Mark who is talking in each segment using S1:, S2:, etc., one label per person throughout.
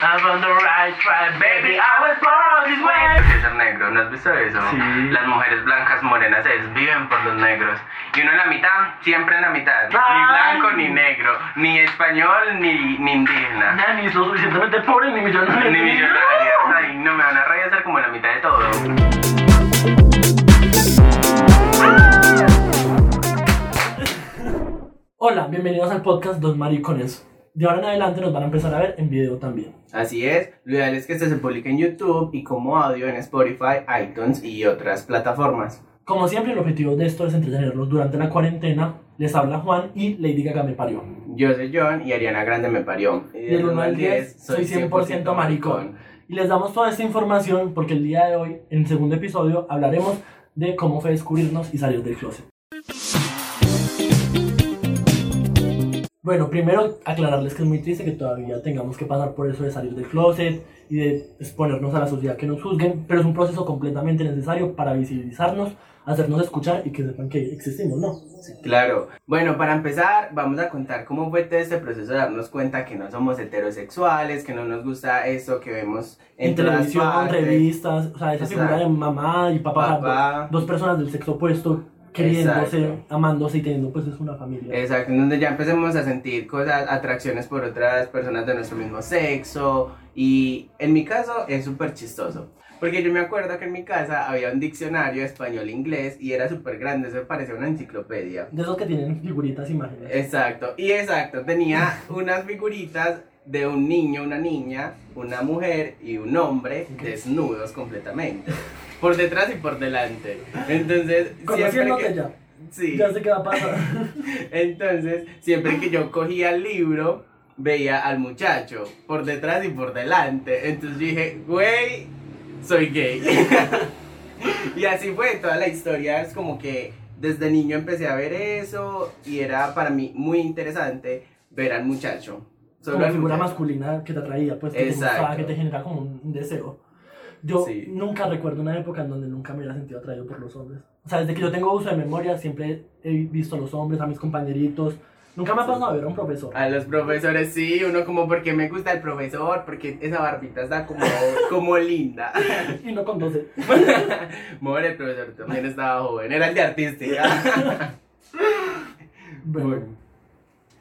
S1: I'm on the right track, baby, I was born this way.
S2: de ser negro, ¿no has visto eso?
S3: Sí.
S2: Las mujeres blancas morenas es, viven por los negros. Y uno en la mitad, siempre en la mitad. Ni
S1: Ay.
S2: blanco, ni negro, ni español, ni, ni indígena.
S1: Dani es lo suficientemente pobre ni millonario.
S2: Ni millonaria. Ay, no me van a rayar ser como la mitad de todo.
S3: Hola, bienvenidos al podcast Dos Maricones. De ahora en adelante nos van a empezar a ver en video también.
S2: Así es, lo ideal es que este se publique en YouTube y como audio en Spotify, iTunes y otras plataformas.
S3: Como siempre, el objetivo de esto es entretenerlos durante la cuarentena. Les habla Juan y Lady Gaga me parió.
S2: Yo soy John y Ariana Grande me parió. Y
S3: Del 1 al 10, soy 100% maricón. Y les damos toda esta información porque el día de hoy, en el segundo episodio, hablaremos de cómo fue descubrirnos y salir del closet. Bueno, primero aclararles que es muy triste que todavía tengamos que pasar por eso de salir del closet y de exponernos a la sociedad que nos juzguen, pero es un proceso completamente necesario para visibilizarnos, hacernos escuchar y que sepan que existimos, ¿no?
S2: Sí, Claro. Bueno, para empezar, vamos a contar cómo fue todo este proceso de darnos cuenta que no somos heterosexuales, que no nos gusta eso que vemos en,
S3: en
S2: todas
S3: televisión,
S2: partes.
S3: revistas, o sea, esa
S2: Exacto.
S3: figura de mamá y papá, o sea,
S2: Papá.
S3: dos, dos personas del sexo opuesto queriéndose,
S2: Exacto. Eh,
S3: amándose y teniendo pues es una familia.
S2: Exacto, en donde ya empecemos a sentir cosas, atracciones por otras personas de nuestro mismo sexo. Y en mi caso es súper chistoso. Porque yo me acuerdo que en mi casa había un diccionario español-inglés y era súper grande, eso parecía una enciclopedia.
S3: De esos que tienen figuritas, imágenes.
S2: eh, Exacto, y exacto, tenía unas figuritas de un niño, una niña, una mujer y un hombre
S3: Ok.
S2: desnudos completamente, por detrás y por delante. Entonces, siempre
S3: Conociéndote
S2: que,
S3: ya,
S2: sí,
S3: ya sé qué va a pasar.
S2: entonces, siempre que yo cogía el libro, veía al muchacho por detrás y por delante. Entonces yo dije, güey, soy gay. y así fue toda la historia. Es como que desde niño empecé a ver eso y era para mí muy interesante ver al muchacho. Solo
S3: Como
S2: al
S3: figura
S2: muchacho.
S3: masculina que te atraía, pues que te
S2: Exacto.
S3: gustaba, que te genera como un un deseo. Yo
S2: Sí.
S3: nunca recuerdo una época en donde nunca me hubiera sentido atraído por los hombres. O sea, desde que yo tengo uso de memoria, siempre he visto a los hombres, a mis compañeritos. Nunca me ha pasado ver a un profesor.
S2: A los profesores, sí, uno como porque me gusta el profesor, porque esa barbita está como, como linda.
S3: Y no con 12.
S2: More, el profesor también estaba joven, era el de artística.
S3: Bueno.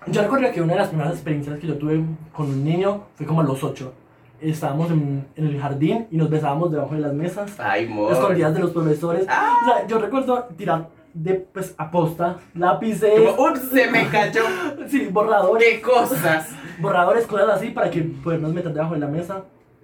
S3: Yo recuerdo que una de las primeras experiencias que yo tuve con un niño fue como a los 8. Estábamos en, en el jardín y nos besábamos debajo de las mesas,
S2: Ay, more.
S3: escondidas de los profesores.
S2: Ah.
S3: O sea, yo recuerdo tirar de pues aposta, lápices,
S2: Como, ups, se me cayó.
S3: sí, borradores,
S2: ¡Qué cosas!
S3: borradores, cosas así para que podernos meter debajo de la mesa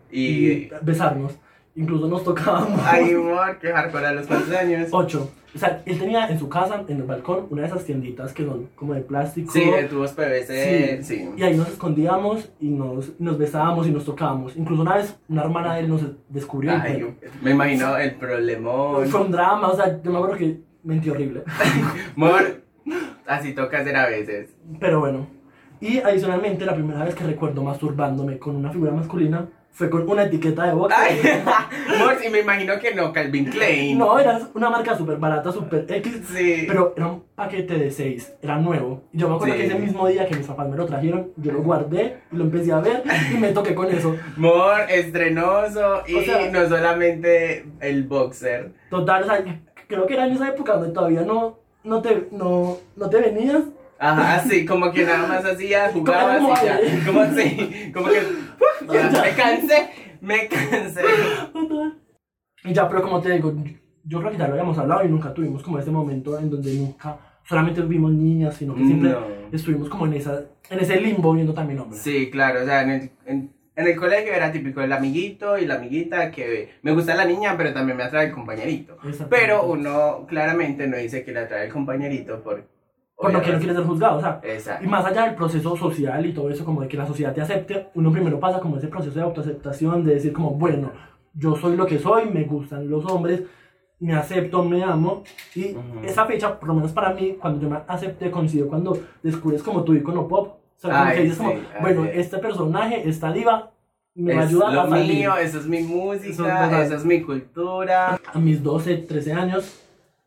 S3: y
S2: Y.
S3: besarnos. Incluso nos tocábamos.
S2: Ay, amor, qué hardcore a los cumpleaños.
S3: 8. O sea, él tenía en su casa, en el balcón, una de esas tienditas que son como de plástico.
S2: Sí, eh, de tubos PVC. Sí.
S3: Y ahí nos escondíamos y nos, nos besábamos y nos tocábamos. Incluso una vez una hermana de él nos descubrió. y
S2: Ay,
S3: fue-
S2: me imagino el problemón.
S3: fue un drama, o sea, yo me acuerdo que mentí horrible.
S2: Amor, así toca hacer a veces.
S3: Pero bueno. Y adicionalmente, la primera vez que recuerdo masturbándome con una figura masculina fue con una etiqueta de boca.
S2: Ay, amor, y me imagino que no, Calvin Klein.
S3: No, era una marca súper barata, súper X.
S2: Sí.
S3: Pero era un paquete de 6, era nuevo. Y Yo me acuerdo
S2: Sí.
S3: que ese mismo día que mis papás me lo trajeron, yo lo guardé, lo empecé a ver y me toqué con eso.
S2: Amor, estrenoso y
S3: O sea-
S2: no solamente el boxer.
S3: Total, o sea, creo que era en esa época donde todavía no, no, te, no, no te venías.
S2: Ajá, sí, como que nada más hacía, jugabas
S3: Como
S2: y ya.
S3: madre.
S2: Como así, como que. ¡puf! Ya, me cansé, me cansé.
S3: Y ya, pero como te digo, yo creo que ya lo habíamos hablado y nunca tuvimos como ese momento en donde nunca solamente vimos niñas, sino que siempre
S2: No.
S3: estuvimos como en, esa, en ese limbo viendo también hombres.
S2: Sí, claro, o sea, en el, en, en el colegio era típico el amiguito y la amiguita que me gusta la niña, pero también me atrae el compañerito.
S3: Exactamente.
S2: Pero uno claramente no dice que le atrae el compañerito por...
S3: Por lo que no
S2: obviamente.
S3: quiere ser juzgado, o sea. Y
S2: Exacto.
S3: más allá del proceso social y todo eso, como de que la sociedad te acepte, uno primero pasa como ese proceso de autoaceptación, de decir como, bueno, yo soy lo que soy, me gustan los hombres, me acepto, me amo. Y
S2: Ujú.
S3: esa fecha, por lo menos para mí, cuando yo me acepté, coincido cuando descubres como tu icono pop. O sea, como
S2: Ay,
S3: que dices
S2: sí,
S3: como,
S2: ay,
S3: bueno,
S2: sí.
S3: este personaje, esta diva, me
S2: es
S3: va a ayudar
S2: lo
S3: a salir.
S2: mío, eso es mi música,
S3: total.
S2: eso es mi cultura.
S3: A mis 12, 13 años,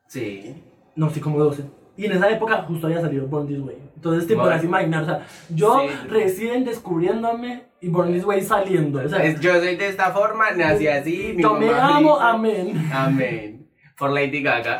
S2: Sí.
S3: no, sí como 12. Y en esa época justo había salido Born This Way. Entonces te podrás
S2: Bueno.
S3: imaginar, o sea, yo
S2: Sí.
S3: recién descubriéndome y Born This Way saliendo. O sea,
S2: Es- yo soy de esta forma, nací así. Mi
S3: yo me
S2: mamá
S3: amo,
S2: dice-
S3: amén.
S2: Amén. Por Lady Gaga.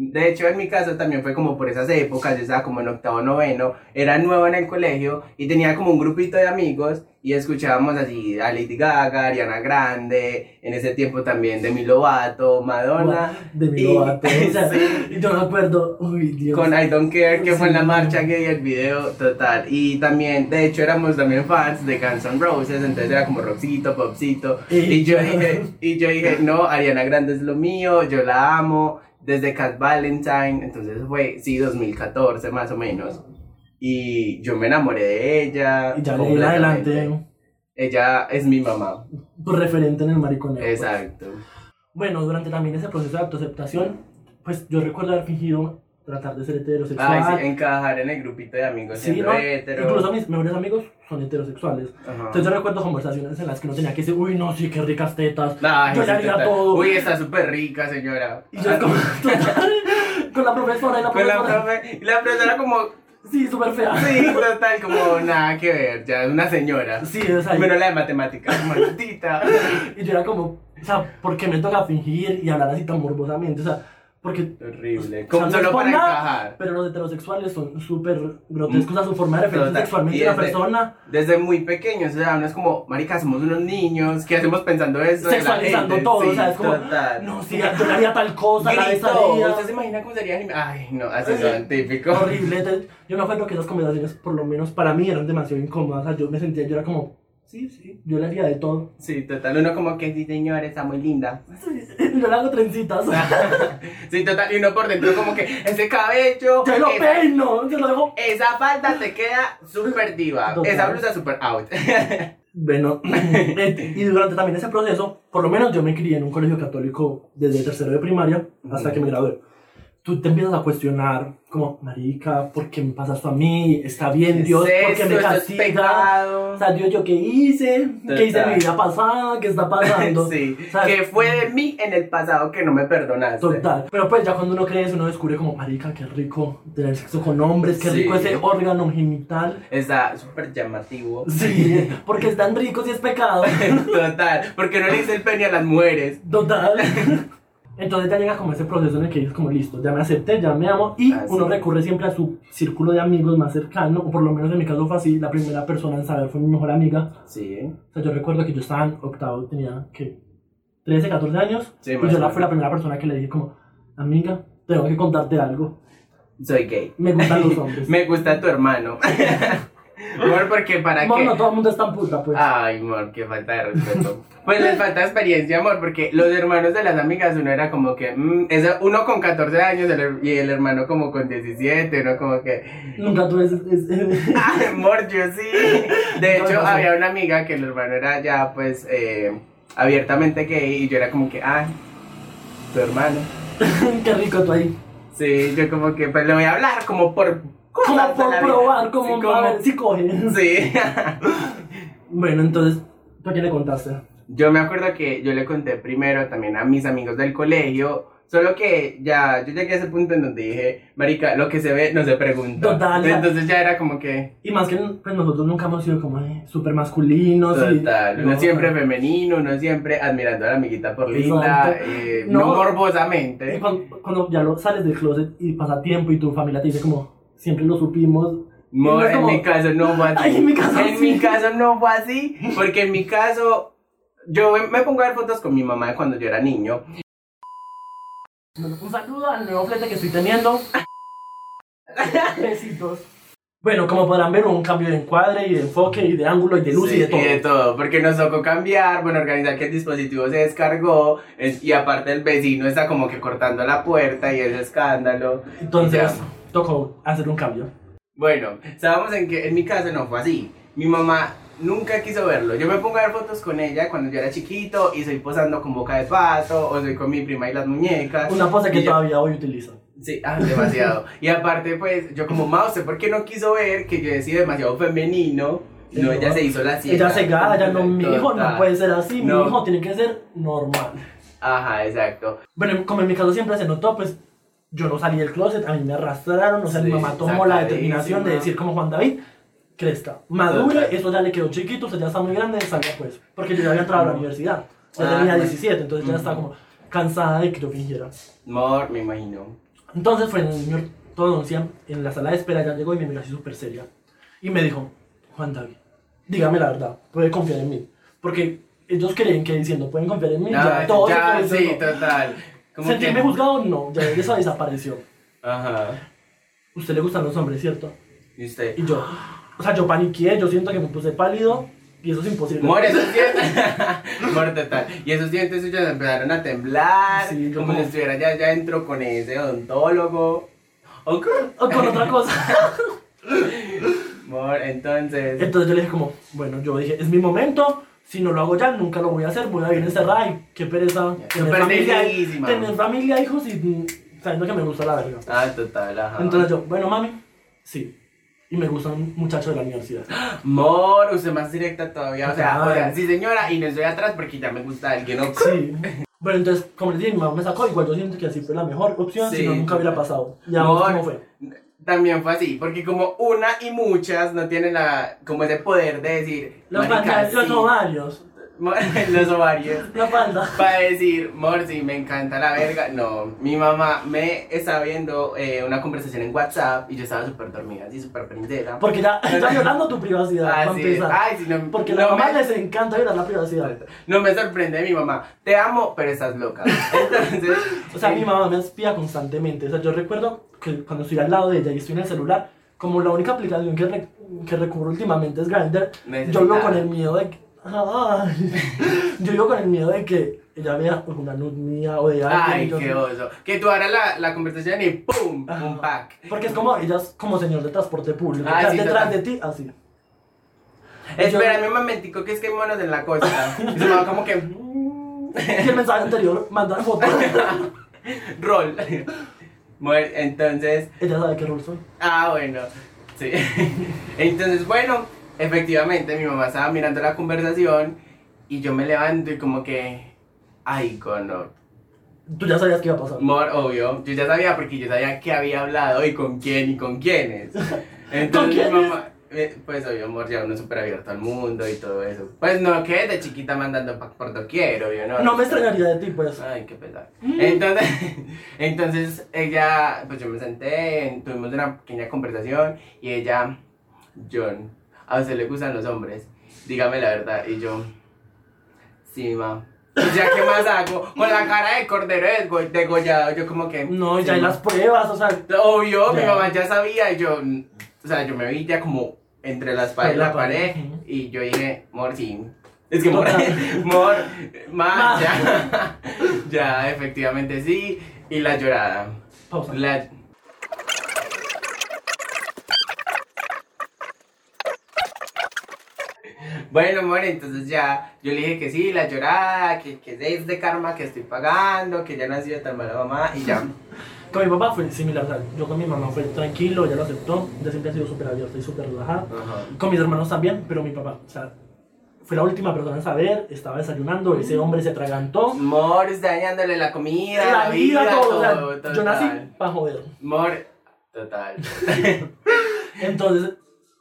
S2: De hecho, en mi caso también fue como por esas épocas, yo estaba como en octavo, noveno, era nuevo en el colegio y tenía como un grupito de amigos y escuchábamos así a Lady Gaga, Ariana Grande, en ese tiempo también Demi Lovato, Madonna,
S3: De mi
S2: Y-
S3: lobato. O sea,
S2: sí.
S3: y yo me acuerdo, uy, Dios.
S2: con I Don't Care, que fue en la
S3: Sí.
S2: marcha que y el video total. Y también, de hecho, éramos también fans de Guns N' Roses, entonces era como rockcito, popcito.
S3: Y-
S2: Y yo dije, y yo dije, no, Ariana Grande es lo mío, yo la amo, desde Cat Valentine, entonces fue, sí, 2014 más o menos. Y yo me enamoré de ella.
S3: Y ya de ahí en
S2: completamente.
S3: adelante,
S2: Ella es mi mamá.
S3: pues, referente en el mariconeo. pues.
S2: Exacto.
S3: Bueno, durante también ese proceso de autoaceptación, pues yo recuerdo haber fingido tratar de ser heterosexual.
S2: Ay, sí, encajar en el grupito de amigos
S3: Sí,
S2: siendo
S3: ¿no?
S2: hetero.
S3: Incluso mis mejores amigos son heterosexuales.
S2: Ajá.
S3: Entonces yo recuerdo conversaciones en las que no tenía que decir, uy, no, sí, qué ricas tetas.
S2: Ay,
S3: yo le
S2: sí,
S3: haría
S2: total.
S3: todo.
S2: Uy, está súper rica, señora.
S3: y yo como, total, con la profesora y la
S2: Con la
S3: profesora.
S2: profe, y la profesora como,
S3: Sí, súper fea.
S2: sí, total, como nada que ver, ya es una señora.
S3: Sí, o sea, y-
S2: Menos la de matemáticas, maldita.
S3: y yo era como, o sea, ¿por qué me toca fingir y hablar así tan morbosamente? O sea, porque...
S2: Horrible.
S3: o sea,
S2: Como
S3: no
S2: solo
S3: es por
S2: para
S3: nada,
S2: encajar.
S3: Pero los heterosexuales son súper grotescos a su forma de referirse
S2: Total.
S3: sexualmente
S2: Y
S3: a la
S2: es de-
S3: persona.
S2: Desde muy pequeños, o sea, uno es como, marica, somos unos niños, ¿qué hacemos pensando eso? de la
S3: sexualizando
S2: gente?
S3: todo,
S2: Sí,
S3: o sea, es como,
S2: total.
S3: no, sí, yo le haría tal cosa, la
S2: Grito,
S3: besaría.
S2: ¿usted se imagina cómo sería anime? Ay, no, así
S3: Ay,
S2: son, típico.
S3: Horrible, entonces, yo me acuerdo que esas conversaciones, por lo menos para mí, eran demasiado incómodas, o sea, yo me sentía, yo era como, sí, sí, yo le haría de todo,
S2: Sí, total, uno como que sí, señora, está muy linda.
S3: yo le hago trencitas,
S2: Sí, total, y uno por dentro como que ese cabello,
S3: yo lo
S2: esa,
S3: peino, yo lo dejo...
S2: esa falda te queda súper diva,
S3: Total.
S2: esa blusa súper out.
S3: Bueno, y durante también ese proceso, por lo menos yo me crié en un colegio católico desde tercero de primaria hasta que me gradué. Tú te empiezas a cuestionar, como, marica, ¿por qué me pasa esto a mí? ¿Está bien Dios?
S2: ¿Qué es
S3: ¿Por qué
S2: esto?
S3: me
S2: Esto es
S3: castiga?
S2: pecado.
S3: O sea, Dios, ¿yo qué hice? ¿Qué hice en mi
S2: Total.
S3: vida pasada? ¿Qué está pasando?
S2: Sí,
S3: O sea,
S2: que fue de mí en el pasado que no me perdonaste.
S3: Total. Pero pues ya cuando uno crece, uno descubre como, marica, qué rico tener sexo con hombres, qué
S2: Sí.
S3: rico ese órgano genital.
S2: Está súper llamativo.
S3: Sí, porque están ricos y es pecado.
S2: Total, porque no le hice el pene a las mujeres.
S3: Total. Entonces ya llega como ese proceso en el que dices como, listo, ya me acepté, ya me amo. Y
S2: Ah, sí.
S3: uno recurre siempre a su círculo de amigos más cercano, o por lo menos en mi caso fue así, la primera persona en saber fue mi mejor amiga.
S2: Sí.
S3: O sea, yo recuerdo que yo estaba en octavo, tenía que 13, 14 años.
S2: Sí,
S3: y
S2: más
S3: yo la,
S2: o
S3: fui la primera persona que le dije como, amiga, tengo que contarte algo.
S2: Soy gay.
S3: Me gustan los hombres.
S2: Me gusta tu hermano. Amor, porque para
S3: Amor,
S2: qué. Ah.
S3: no, todo el mundo es tan puta, pues.
S2: Ay, amor, qué falta de respeto. Pues les falta experiencia, amor, porque los hermanos de las amigas, uno era como que, mm, es uno con 14 años el her- y el hermano como con 17, uno como que,
S3: Nunca tuve ese... ese-
S2: ay, amor, yo sí. De
S3: No,
S2: hecho,
S3: no sé.
S2: había una amiga que el hermano era ya, pues, eh, abiertamente gay y yo era como que, ay, tu hermano.
S3: Qué rico tú ahí.
S2: Sí, yo como que, pues le voy a hablar como por...
S3: Como
S2: cosas de
S3: por
S2: la vida.
S3: probar, como,
S2: Sí,
S3: a ver si coges.
S2: Sí.
S3: Bueno, entonces, ¿tú a quién le contaste?
S2: Yo me acuerdo que yo le conté primero también a mis amigos del colegio, solo que ya yo llegué a ese punto en donde dije, marica, lo que se ve no se pregunta.
S3: Total, ya.
S2: Entonces ya era como que,
S3: Y más que pues, nosotros nunca hemos sido como eh, súper masculinos. y-
S2: total, uno
S3: no,
S2: siempre
S3: o sea,
S2: femenino, uno siempre admirando a la amiguita por linda,
S3: Exacto.
S2: eh,
S3: No.
S2: no.
S3: y
S2: morbosamente.
S3: cuando, cuando ya lo sales del closet y pasa tiempo y tu familia te dice como, siempre lo supimos.
S2: Mo-
S3: no es
S2: en
S3: como-
S2: mi caso no fue así.
S3: Ay, en mi caso
S2: En
S3: sí.
S2: mi caso no fue así, porque en mi caso yo me pongo a ver fotos con mi mamá de cuando yo era niño.
S3: Bueno, un saludo al nuevo flete que estoy teniendo. Besitos. Bueno, como podrán ver, hubo un cambio de encuadre y de enfoque y de ángulo y de luz y
S2: Sí,
S3: de todo.
S2: porque nos tocó cambiar, bueno, organizar que el dispositivo se descargó es- y aparte el vecino está como que cortando la puerta y es escándalo.
S3: Entonces,
S2: Ya.
S3: tocó hacer un cambio.
S2: Bueno, sabemos en que en mi casa no fue así. Mi mamá nunca quiso verlo. Yo me pongo a ver fotos con ella cuando yo era chiquito y soy posando con boca de pato o soy con mi prima y las muñecas.
S3: Una pose que
S2: Y ya-
S3: todavía hoy utilizo.
S2: Sí, ah, demasiado. y aparte, pues, yo como, ma, ¿usted por qué no quiso ver que yo decía demasiado femenino?
S3: Sí,
S2: No,
S3: no.
S2: ella se hizo la ciega.
S3: Ella se gana, ya no, mi hijo no
S2: Total.
S3: puede ser así,
S2: No.
S3: mi hijo tiene que ser normal.
S2: Ajá, exacto.
S3: Bueno, como en mi caso siempre se notó, pues yo no salí del closet, a mí me arrastraron, o sea, mi
S2: Sí,
S3: mamá tomó la
S2: sacadísima.
S3: determinación de decir como Juan David, cresta, madure,
S2: Total.
S3: eso ya le quedó chiquito, usted ya está muy grande, salga pues, porque yo ya había entrado a la universidad, ya
S2: Ah,
S3: tenía
S2: pues.
S3: 17, entonces ya estaba como cansada de que yo fingiera.
S2: Mor, me imagino.
S3: Entonces fue en el señor Todoncia, en la sala de espera, ya llegó y me miró así súper seria. Y me dijo, Juan David, dígame la verdad, puede confiar en mí. Porque ellos creen que diciendo, pueden confiar en mí,
S2: Ah,
S3: ya todo
S2: ya,
S3: se puede
S2: sí,
S3: hacer, ¿no?
S2: total. Como que-
S3: ¿Sentirme juzgado? No, ya eso desapareció.
S2: Ajá.
S3: Usted le gustan los hombres, ¿cierto?
S2: Y usted.
S3: Y yo, o sea, yo paniqué, yo siento que me puse pálido y eso es imposible.
S2: Mor, esos dientes. Mor, total. Y esos dientes suyos empezaron a temblar.
S3: Sí, yo
S2: como
S3: como-
S2: si estuviera ya, ya entró con ese odontólogo. Ok.
S3: O con otra cosa.
S2: Mor, entonces.
S3: Entonces yo le dije como, bueno, yo dije, es mi momento, si no lo hago ya, nunca lo voy a hacer, voy a vivir encerrada y qué pereza tener
S2: Súper
S3: familia,
S2: bellísima.
S3: tener familia, hijos y mm, sabiendo que me gusta la verga.
S2: Ah, total, ajá.
S3: Entonces yo, bueno, mami, sí. Y me gusta un muchacho de la universidad.
S2: Mor, usted más directa todavía. O sea,
S3: Total.
S2: oigan, sí, señora, y no estoy atrás porque ya me gusta alguien. ¿no?
S3: Sí. Bueno, entonces, como les dije, mi mamá me sacó, igual yo siento que así fue la mejor opción,
S2: Sí.
S3: si no, nunca hubiera pasado. Ya,
S2: Mor,
S3: ¿cómo fue?
S2: También fue así, porque como una y muchas no tienen la, como ese poder de decir
S3: Los,
S2: "Marica,
S3: pantalones, los
S2: sí".
S3: ovarios,
S2: Mor- los ovarios.
S3: la falda.
S2: Para decir, Mor, sí, me encanta la verga. No, mi mamá me estaba viendo eh, una conversación en WhatsApp y yo estaba súper dormida, así súper prendera.
S3: Porque ya está violando tu privacidad, para
S2: Así es.
S3: empezar.
S2: Ay, Ah, sí, no,
S3: Porque a
S2: no
S3: las mamás
S2: me-
S3: les encanta violar la privacidad.
S2: No me sorprende mi mamá. Te amo, pero estás loca. Entonces,
S3: O sea,
S2: sí.
S3: mi mamá me espía constantemente. O sea, yo recuerdo que cuando estoy al lado de ella y estoy en el celular, como la única aplicación que, re- que recurro últimamente es Grindr, yo vivo
S2: Necesitaba.
S3: con el miedo de que... Ay. yo vivo con el miedo de que ella vea alguna nud mía o de algo.
S2: Ay,
S3: y yo-
S2: qué oso. Que tú ahora la, la conversación y ¡pum! Un pack.
S3: Porque es como ella es como señor de transporte público.
S2: Ay,
S3: o sea,
S2: sí,
S3: detrás
S2: total.
S3: de ti, así.
S2: Espérame un momentico, que es que hay monos en la costa. Y su mamá como que... "Mm,
S3: Y el mensaje anterior, mandar fotos.
S2: Rol. Bueno, entonces...
S3: ella sabe qué rol soy.
S2: Ah, bueno. Sí. Entonces, bueno, efectivamente mi mamá estaba mirando la conversación y yo me levanto y como que... Ay, cono.
S3: Tú ya sabías que iba a pasar.
S2: Mor, obvio. Yo ya sabía porque yo sabía que había hablado y con quién y con quiénes. Entonces,
S3: quiénes?
S2: mi mamá. eh, Pues obvio, amor, ya uno es súper abierto al mundo y todo eso. Pues no, que de chiquita mandando pa- por doquier, obvio, ¿no?
S3: No me extrañaría de ti, pues.
S2: Ay, qué pesar. Entonces, entonces ella, pues yo me senté, tuvimos una pequeña conversación y ella, John, a usted le gustan los hombres, dígame la verdad. Y yo, sí, ma. Pues, Ya, ¿qué más hago? Con la cara de cordero desgo- degollado, yo como que...
S3: No,
S2: "Sí,
S3: ya hay
S2: ma".
S3: las pruebas, o sea,
S2: Obvio, mi
S3: Ya.
S2: mamá ya sabía, y yo, mm, o sea, yo me vi ya como entre la espalda y
S3: Por la
S2: la pared,
S3: pared, ujú.
S2: y yo dije, Mor, sí. Es que Mor,
S3: Total.
S2: Mor, ma,
S3: Ma.
S2: ya, ya, efectivamente sí, y la llorada.
S3: pausa.
S2: La, Bueno, amor, entonces ya yo le dije que sí, la llorada, que, que es de karma que estoy pagando, que ya no ha sido tan mala mamá y ya.
S3: Con mi papá fue similar, o sea, yo con mi mamá fue tranquilo, ella lo aceptó, ella siempre ha sido súper abierta y súper relajada.
S2: Ajá.
S3: Con mis hermanos también, pero mi papá, o sea, fue la última persona en saber, estaba desayunando, ese hombre se atragantó.
S2: Mor está dañándole la comida, la,
S3: La vida, todo, o sea, yo
S2: total.
S3: nací para joder.
S2: Mor, total.
S3: Entonces,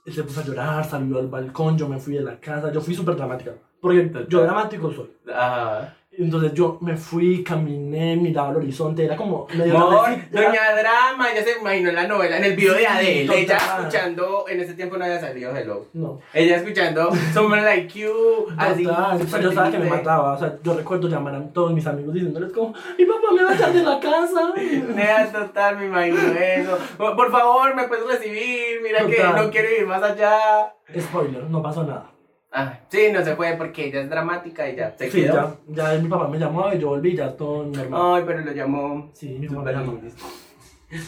S3: él se puso a llorar, salió al balcón, yo me fui de la casa, yo fui súper dramática, porque yo dramático soy.
S2: Ajá.
S3: Entonces yo me fui, caminé, miraba al horizonte, era como medio
S2: Mor,
S3: tardecita, era-
S2: Doña Drama, ya se imaginó la novela, en el video
S3: Sí,
S2: de Adele, ella
S3: total.
S2: escuchando, en ese tiempo no había salido Hello.
S3: No.
S2: Ella escuchando Someone Like You, así.
S3: Total, o sea,
S2: súper
S3: yo sabía que me
S2: triste.
S3: mataba, o sea, yo recuerdo llamar a todos mis amigos diciéndoles como, mi papá me va a echar de la casa.
S2: Nea, total, me imagino eso. Por por favor, me puedes recibir, mira que
S3: Total.
S2: no quiero ir más allá.
S3: Spoiler, no pasó nada.
S2: Ah, sí, no se puede porque ella es dramática y ya, se
S3: Sí,
S2: quedó.
S3: ya, ya mi papá me llamaba y yo volví, ya todo normal.
S2: Ay, pero lo llamó.
S3: Sí, mi papá me
S2: Ah.
S3: llamó.
S2: Súper lindo.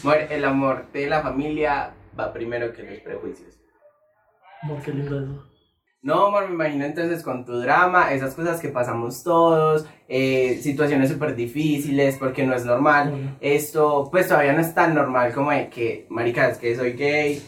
S2: Amor, el amor de la familia va primero que los prejuicios.
S3: Amor, qué lindo eso.
S2: No, amor, me imagino entonces con tu drama, esas cosas que pasamos todos, eh, situaciones súper difíciles, porque no es normal.
S3: Bueno.
S2: Esto, pues todavía no es tan normal como de que, marica, es que soy gay,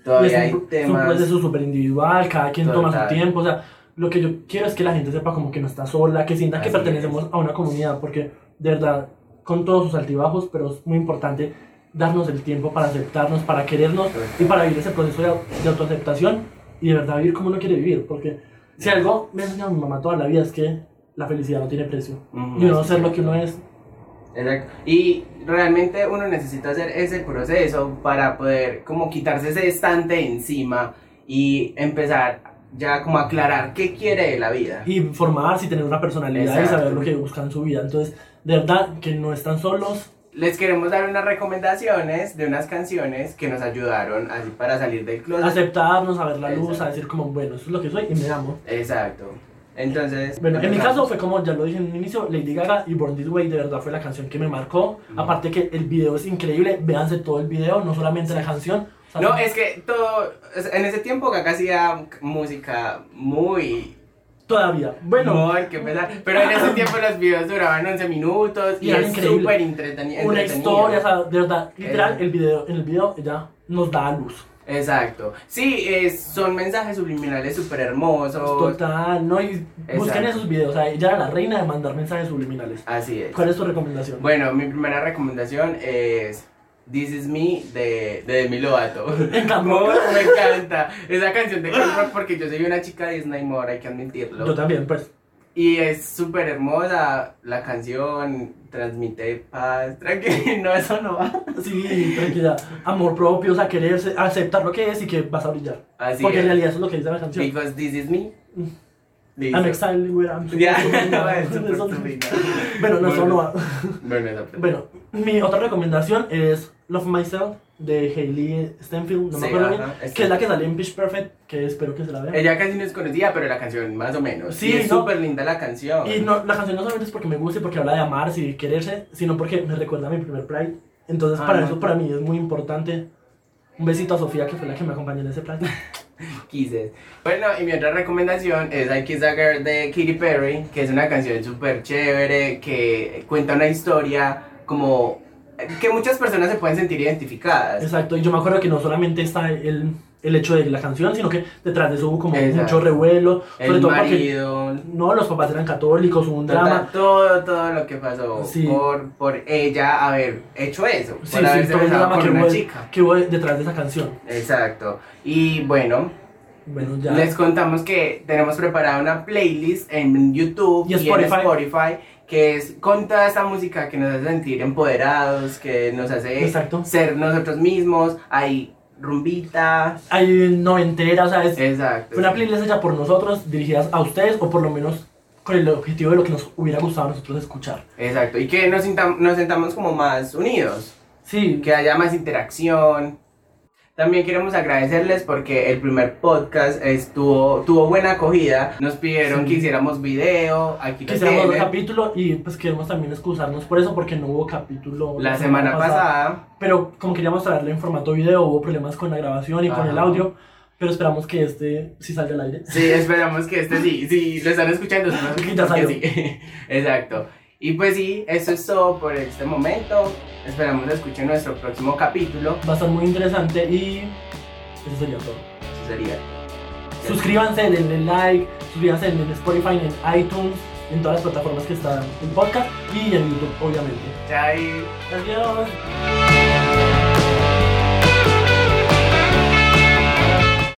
S3: Y
S2: todavía
S3: Pues Es
S2: hay
S3: un, pro- es un
S2: temas.
S3: proceso súper individual, cada quien toma
S2: Total.
S3: su tiempo, o sea, lo que yo quiero es que la gente sepa como que no está sola, que sienta que
S2: Así
S3: pertenecemos a una comunidad, porque de verdad, con todos sus altibajos, pero es muy importante darnos el tiempo para aceptarnos, para querernos y para vivir ese proceso de, de autoaceptación y de verdad vivir como uno quiere vivir. Porque si algo me ha enseñado mi mamá toda la vida es que la felicidad no tiene precio.
S2: Ujú.
S3: Y uno ser lo que uno es.
S2: Exacto. Y realmente uno necesita hacer ese proceso para poder como quitarse ese estante de encima y empezar ya como a aclarar qué quiere de la vida.
S3: Y formarse y tener una personalidad y
S2: Exacto.
S3: saber lo que buscan en su vida. Entonces, de verdad que no están solos.
S2: Les queremos dar unas recomendaciones de unas canciones que nos ayudaron así para salir del closet.
S3: Aceptarnos, a ver la luz,
S2: Exacto.
S3: a decir como, bueno, esto es lo que soy y me amo.
S2: Exacto. Entonces,
S3: Bueno, en mi
S2: empezamos.
S3: caso fue como ya lo dije en un inicio, Lady Gaga y Born This Way de verdad fue la canción que me marcó. Aparte que el video es increíble, véanse todo el video, no solamente la canción. O sea,
S2: No, es que todo. es- En ese tiempo Gaga hacía música muy.
S3: todavía. Bueno,
S2: no, hay que pesar. Pero en ese tiempo los videos duraban 11 minutos y,
S3: Y era
S2: es
S3: increíble.
S2: súper entreteni- entretenido. Eh.
S3: una historia, o sea, de verdad, literal,
S2: Exacto.
S3: el video, en el video ella nos da luz.
S2: Exacto. Sí, es- son mensajes subliminales súper hermosos.
S3: Total, ¿no? Y busquen
S2: Exacto.
S3: esos videos, o sea, ella era la reina de mandar mensajes subliminales.
S2: Así es.
S3: ¿Cuál es tu recomendación?
S2: Bueno, mi primera recomendación es This Is Me de, de Demi Lovato.
S3: encantó.
S2: Mor, me encanta. Esa canción de Camp Rock porque yo soy una chica Disney More, hay que admitirlo.
S3: Yo también, pues.
S2: Y es súper hermosa la canción, transmite paz, tranquilo, no, eso no va.
S3: Sí, tranquila. Amor propio, o sea, quererse, aceptar lo que es y que vas a brillar.
S2: Así
S3: Porque
S2: es.
S3: en realidad eso es lo que dice la canción.
S2: Because this is me. Listo.
S3: I'm exciling where I'm
S2: Ya,
S3: supposed to
S2: no,
S3: be.
S2: es súper
S3: Eso-
S2: turbina.
S3: Bueno, no, eso no va.
S2: Bueno, esa fue.
S3: Bueno, mi otra recomendación es Love Myself de Hailey Stenfield, no
S2: Sí,
S3: me acuerdo
S2: ajá,
S3: bien, que es la que salió en Pitch Perfect, que espero que se la vean.
S2: Ella casi no es conocida, pero la canción más o menos.
S3: Sí,
S2: Sí, es
S3: ¿no?
S2: súper linda la canción.
S3: Y no, la canción no solamente es porque me gusta y porque habla de amarse y de quererse, sino porque me recuerda a mi primer Pride. Entonces,
S2: Ah,
S3: para
S2: no.
S3: eso, para mí es muy importante. Un besito a Sofía, que fue la que me acompañó en ese Pride.
S2: Kisses. Bueno, y mi otra recomendación es I Kiss a Girl de Katy Perry, que es una canción súper chévere, que cuenta una historia como eh, que muchas personas se pueden sentir identificadas.
S3: Exacto, y yo me acuerdo que no solamente está el, el hecho de la canción, sino que detrás de eso hubo como
S2: Exacto.
S3: mucho revuelo, sobre
S2: El
S3: todo
S2: marido,
S3: porque no, los papás eran católicos, hubo un drama.
S2: total, todo, todo lo que pasó
S3: Sí.
S2: por, por ella haber hecho eso,
S3: Sí,
S2: por
S3: sí,
S2: haberse
S3: todo el
S2: besado
S3: drama que
S2: con
S3: hubo,
S2: una chica.
S3: que hubo detrás de esa canción.
S2: Exacto. Y bueno,
S3: Bueno, ya.
S2: Les contamos que tenemos preparada una playlist en YouTube
S3: Y
S2: y,
S3: Spotify.
S2: en Spotify que es con toda esta música que nos hace sentir empoderados, que nos hace
S3: Exacto.
S2: ser nosotros mismos. Hay rumbita.
S3: Hay noventera, o sea, es
S2: Exacto.
S3: fue una playlist hecha por nosotros, dirigidas a ustedes, o por lo menos con el objetivo de lo que nos hubiera gustado a nosotros escuchar.
S2: Exacto. Y que nos, sintam- nos sentamos como más unidos,
S3: Sí,
S2: que haya más interacción. También queremos agradecerles porque el primer podcast estuvo, tuvo buena acogida. Nos pidieron
S3: Sí.
S2: que hiciéramos video. Aquí lo
S3: que hiciéramos otro
S2: tienen.
S3: capítulo y pues queremos también excusarnos por eso, porque no hubo capítulo
S2: La semana pasada.
S3: Pero como queríamos traerle en formato video, hubo problemas con la grabación y con
S2: Ajá.
S3: el audio, pero esperamos que este sí salga al aire.
S2: Sí, esperamos que este sí, sí, lo están escuchando, esperamos que
S3: Ya salió.
S2: sí. Exacto. Y pues sí, eso es todo por este momento. Esperamos que escuchen nuestro próximo capítulo.
S3: Va a estar muy interesante y eso sería todo.
S2: Eso sería.
S3: Suscríbanse, denle like, suscríbanse en Spotify, en iTunes, en todas las plataformas que están en podcast y en YouTube, obviamente.
S2: Ya ahí-
S3: Adiós.